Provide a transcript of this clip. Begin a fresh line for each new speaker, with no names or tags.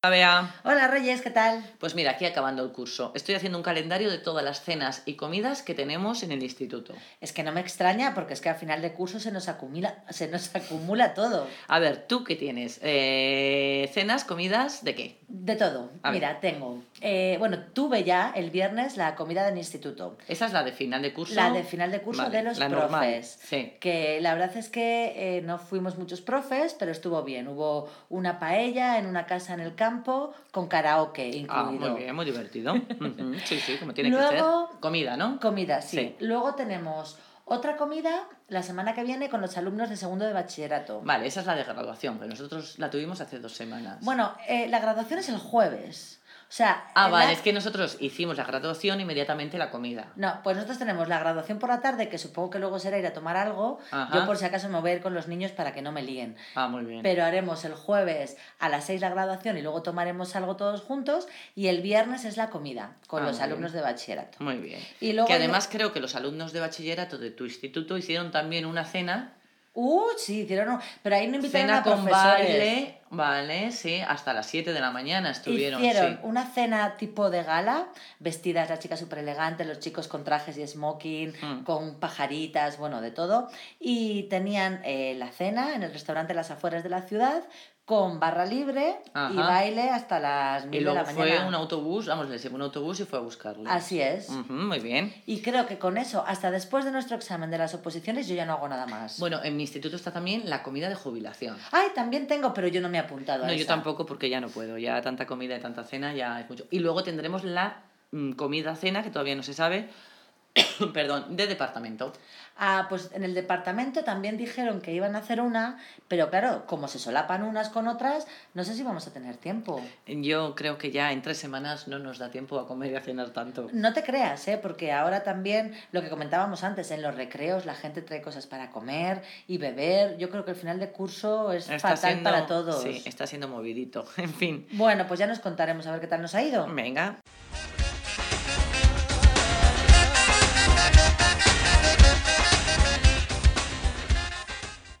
Hola, Bea.
Hola Reyes, ¿qué tal?
Pues mira, aquí acabando el curso. Estoy haciendo un calendario de todas las cenas y comidas que tenemos en el instituto.
Es que no me extraña porque es que al final de curso se nos acumula, se nos acumula todo.
A ver, ¿tú qué tienes? Eh, ¿Cenas, comidas, de qué?
De todo.
A ver.
Mira, tengo. eh, bueno, tuve ya el viernes la comida del instituto.
Esa es la de final de curso.
La de final de curso
Vale,
de los
la
profes.
normal, sí.
Que la verdad es que eh, no fuimos muchos profes, pero estuvo bien. Hubo una paella en una casa en el campo con karaoke incluido.
Ah, muy bien, muy divertido. Ujú, sí, sí, como tiene que
Luego-
ser. Comida, ¿no?
Comida, sí.
Sí.
Luego tenemos otra comida la semana que viene con los alumnos de segundo de bachillerato.
Vale, esa es la de graduación, que nosotros la tuvimos hace dos semanas.
Bueno, eh, la graduación es el jueves. O sea,
ah,
la-
vale, es que nosotros hicimos la graduación inmediatamente la comida.
No, pues nosotros tenemos la graduación por la tarde, que supongo que luego será ir a tomar algo.
Ajá.
Yo por si acaso me voy a ir con los niños para que no me líen.
Ah, muy bien.
Pero haremos el jueves a las 6 la graduación y luego tomaremos algo todos juntos y el viernes es la comida con
Ah,
los
muy
alumnos de bachillerato.
Muy bien.
Y luego
que
hay-
además creo que los alumnos de bachillerato de tu instituto hicieron también una cena.
Uh, sí, hicieron un- Pero ahí no invitaron
Cena
a
con
profesores.
baile, vale, sí, hasta las 7 de la mañana estuvieron.
Hicieron
sí.
una cena tipo de gala, vestidas las chicas súper elegantes, los chicos con trajes y smoking,
Mm.
con pajaritas, bueno, de todo. Y tenían eh, la cena en el restaurante a Las Afueras de la Ciudad, con barra libre y
Ajá.
baile hasta las mil
Y luego
de la
fue
mañana.
un autobús, vamos, les llevó un autobús y fue a buscarlo.
Así es.
Ujú, muy bien.
Y creo que con eso, hasta después de nuestro examen de las oposiciones, yo ya no hago nada más.
Bueno, en mi instituto está también la comida de jubilación.
Ay, también tengo, pero yo no me he apuntado a
No, yo
esa.
tampoco porque ya no puedo, ya tanta comida y tanta cena ya es mucho. Y luego tendremos la mm, comida cena que todavía no se sabe. Perdón, de departamento.
Ah, pues en el departamento también dijeron que iban a hacer una, pero claro, como se solapan unas con otras, no sé si vamos a tener tiempo.
Yo creo que ya en tres semanas no nos da tiempo a comer y a cenar tanto.
No te creas, ¿eh? porque ahora también lo que comentábamos antes, en los recreos la gente trae cosas para comer y beber. Yo creo que el final de curso es fatal para todos.
Sí, está siendo movidito. En fin,
Bueno, pues ya nos contaremos a ver qué tal nos ha ido.
venga.